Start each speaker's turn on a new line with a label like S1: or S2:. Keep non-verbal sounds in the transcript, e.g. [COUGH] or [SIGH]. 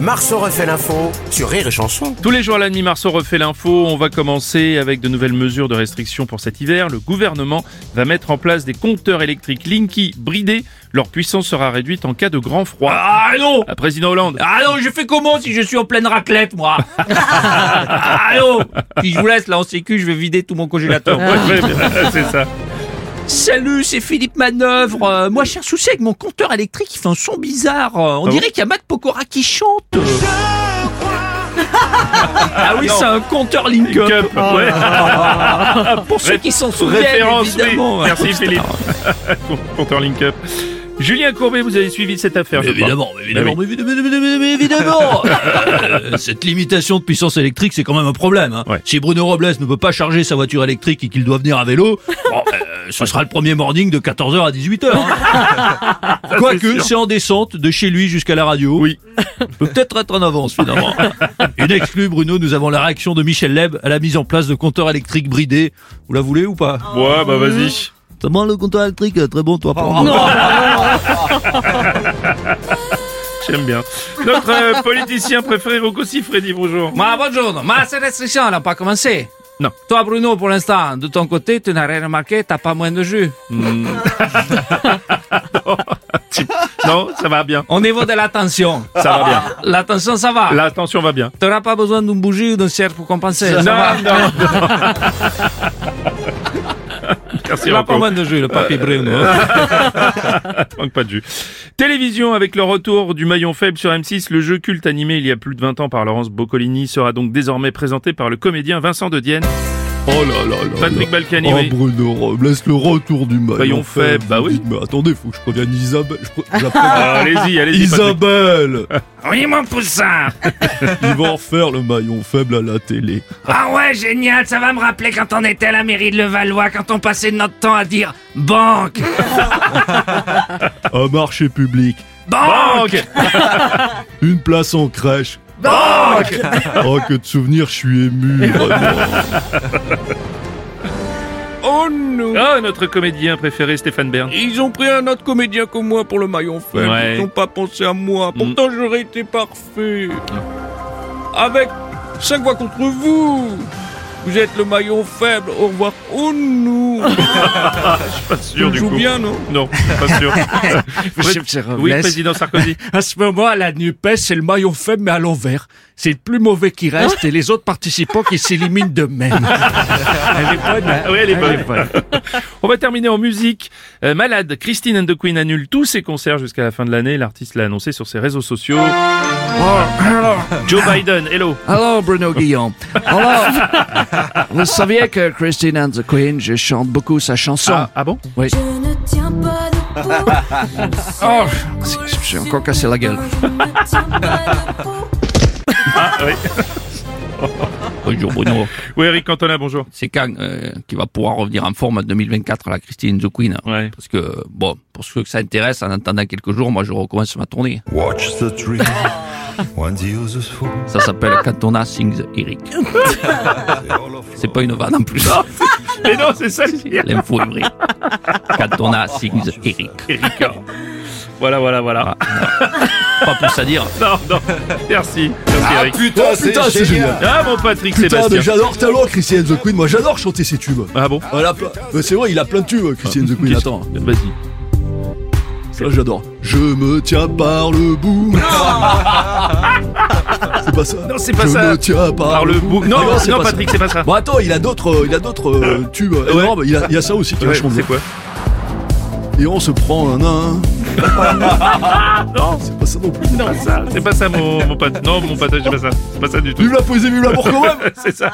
S1: Marceau refait l'info sur Rire et Chanson.
S2: Tous les jours à la demi-mars, on refait l'info. On va commencer avec de nouvelles mesures de restriction pour cet hiver. Le gouvernement va mettre en place des compteurs électriques Linky bridés. Leur puissance sera réduite en cas de grand froid.
S3: Ah non
S2: Ah, Président Hollande,
S3: Ah non, je fais comment si je suis en pleine raclette, moi Ah non Puis je vous laisse, là, en sécu, je vais vider tout mon congélateur.
S2: Ouais, ouais, bien, c'est ça.
S3: Salut, c'est Philippe Manœuvre. Euh, moi, j'ai un souci avec mon compteur électrique, il fait un son bizarre. Euh, on
S2: Ah
S3: dirait qu'il y a Matt Pokora qui chante. ah oui, c'est un compteur link
S2: [LAUGHS] Link up, ouais.
S3: Pour ceux qui s'en souviennent,
S2: Référence, oui.
S3: évidemment. Oh,
S2: Merci Philippe. [LAUGHS] Compteur Link Up. Julien Courbet, vous avez suivi cette affaire, je
S4: Mais
S2: crois.
S4: évidemment, mais évidemment,
S2: Bah
S4: mais évidemment, mais évidemment, mais évidemment. Euh, Cette limitation de puissance électrique, c'est quand même un problème. hein.
S2: Ouais.
S4: Si Bruno Robles ne peut pas charger sa voiture électrique et qu'il doit venir à vélo, bon, euh, ce sera le premier morning de 14h à 18h. hein. Quoique, c'est en descente de chez lui jusqu'à la radio.
S2: Oui.
S4: Peut peut-être être en avance finalement. Une exclue, Bruno, nous avons la réaction de Michel Leb à la mise en place de compteurs électriques bridés. Vous la voulez ou pas
S2: Ouais, bah vas-y.
S4: Ça moi le compteur électrique, très bon, toi. prends.
S2: J'aime bien. Notre euh, politicien préféré, Rocco Siffredi, bonjour.
S3: Ma bonjour, ma ces restrictions, n'a pas commencé.
S2: Non.
S3: Toi, Bruno, pour l'instant, de ton côté, tu n'as rien remarqué, t'as pas moins de jus.
S2: Non, ça va bien.
S3: Au niveau de la tension,
S2: Ça va bien.
S3: la tension, ça va.
S2: La tension va bien.
S3: [LAUGHS] T'auras pas besoin d'une bougie ou d'un cierge pour compenser. Ça va.
S2: Non, non, non.
S3: [LAUGHS]
S2: Merci,
S3: Il a pas Euh,
S2: Rocco.
S3: moins de jus, le papy Bruno. Hein.
S2: Manque pas de jus. Télévision, avec le retour du maillon faible sur M6, le jeu culte animé il y a plus de 20 ans par Laurence Boccolini sera donc désormais présenté par le comédien Vincent de Dienne,
S4: Oh là là là.
S2: Patrick Balkany.
S4: Oh
S2: oui.
S4: Bruno Robles, le retour du maillon,
S2: Maillon faible, bah oui.
S4: Mais attendez, faut que je prévienne Isabelle. Je pré-
S3: [LAUGHS]
S4: j'appelle-
S2: Ah, allez-y, allez-y. Patrick.
S4: Isabelle
S3: Oui, mon poussin.
S4: [LAUGHS] Ils vont refaire le maillon faible à la télé.
S3: Ah ouais, génial, ça va me rappeler quand on était à la mairie de Levallois, quand on passait notre temps à dire banque,
S4: [LAUGHS] Un marché public.
S3: banque,
S2: Banque
S4: Une place en crèche. [LAUGHS] Oh, que de souvenirs, je suis ému. vraiment.
S3: Oh non.
S2: Ah, notre comédien préféré, Stéphane Bern.
S3: Ils ont pris un autre comédien comme moi pour le maillon faible.
S2: Ouais. Mm.
S3: Ils n'ont pas pensé à moi. Pourtant, j'aurais été parfait. Avec 5 voix contre vous. Vous êtes le maillon faible. Au revoir. Oh non.
S2: [LAUGHS] Pas sûr,
S3: Je
S2: du
S3: joue
S2: coup.
S3: bien, non
S2: Non, pas sûr. oui, président Sarkozy.
S3: À ce moment, à la NUPES, c'est le maillon faible, mais à l'envers. C'est le plus mauvais qui reste et les autres participants qui s'éliminent d'eux-mêmes. Elle est bonne, hein
S2: Oui, Ah, elle est bonne. On va terminer en musique. Euh, malade, Christine and the Queen annule tous ses concerts jusqu'à la fin de l'année. L'artiste l'a annoncé sur ses réseaux sociaux.
S4: Oh,
S2: Joe Biden, hello.
S4: Ah.
S5: Alors
S3: [LAUGHS]
S5: Bruno Guillon. Alors, vous saviez que Christine and the Queen, je chante beaucoup sa chanson.
S2: Ah, ah bon
S5: Oui.
S6: Je ne tiens pas
S5: [LAUGHS]
S6: debout.
S5: Oh, je me suis encore cassé la gueule.
S6: Je ne tiens pas debout.
S3: Bonjour Bruno.
S2: Oui, Eric Cantona, bonjour.
S3: [LAUGHS] C'est quand euh, qui va pouvoir revenir en forme en 2024 à la Christine The Queen
S2: Ouais.
S3: Parce que, bon, pour ceux que ça intéresse, en attendant quelques jours, moi je recommence ma tournée.
S7: Watch the tree. One's uses for
S3: Ça s'appelle Cantona Sings [LAUGHS] Eric. C'est pas une vanne en plus.
S2: Mais non, c'est ça le délire.
S3: L'info est vraie. Cantona Sings Eric.
S2: Eric. oh. Voilà, voilà, voilà. [LAUGHS]
S3: Pas plus à dire.
S2: Ah, Non, non. Merci. Merci, Eric.
S7: Putain,
S4: Oh, Putain, c'est génial.
S2: Ah, mon Patrick
S4: Putain, mais
S2: Sébastien.
S4: j'adore tellement Christian the Queen. Moi, j'adore chanter ses tubes.
S2: Ah bon
S4: Ah, la pla- Mais c'est vrai, il a plein de
S2: Ah,
S4: tubes, Christian the Queen. Attends,
S2: Vas-y.
S4: ça j'adore. Je me tiens par le bout. [LAUGHS] C'est pas ça.
S2: Non, c'est pas
S4: Je
S2: ça.
S4: me tiens par,
S2: Par le bout. Non, non,
S4: Ah, c'est pas ça.
S2: Patrick, c'est pas ça.
S4: Bon attends, il a d'autres, euh, il a d'autres euh, tubes énormes. Il a, il a ça aussi qui est
S2: Ouais,
S4: vachement
S2: c'est
S4: bien.
S2: quoi
S4: Et on se prend
S2: [LAUGHS]
S4: un nain.
S2: Non,
S4: C'est pas ça non plus.
S2: c'est pas ça. C'est pas ça, mon, mon pote. Non, mon pote, c'est pas ça. C'est pas ça du tout.
S4: Vive la poésie, vive l'amour quand même.
S2: C'est ça.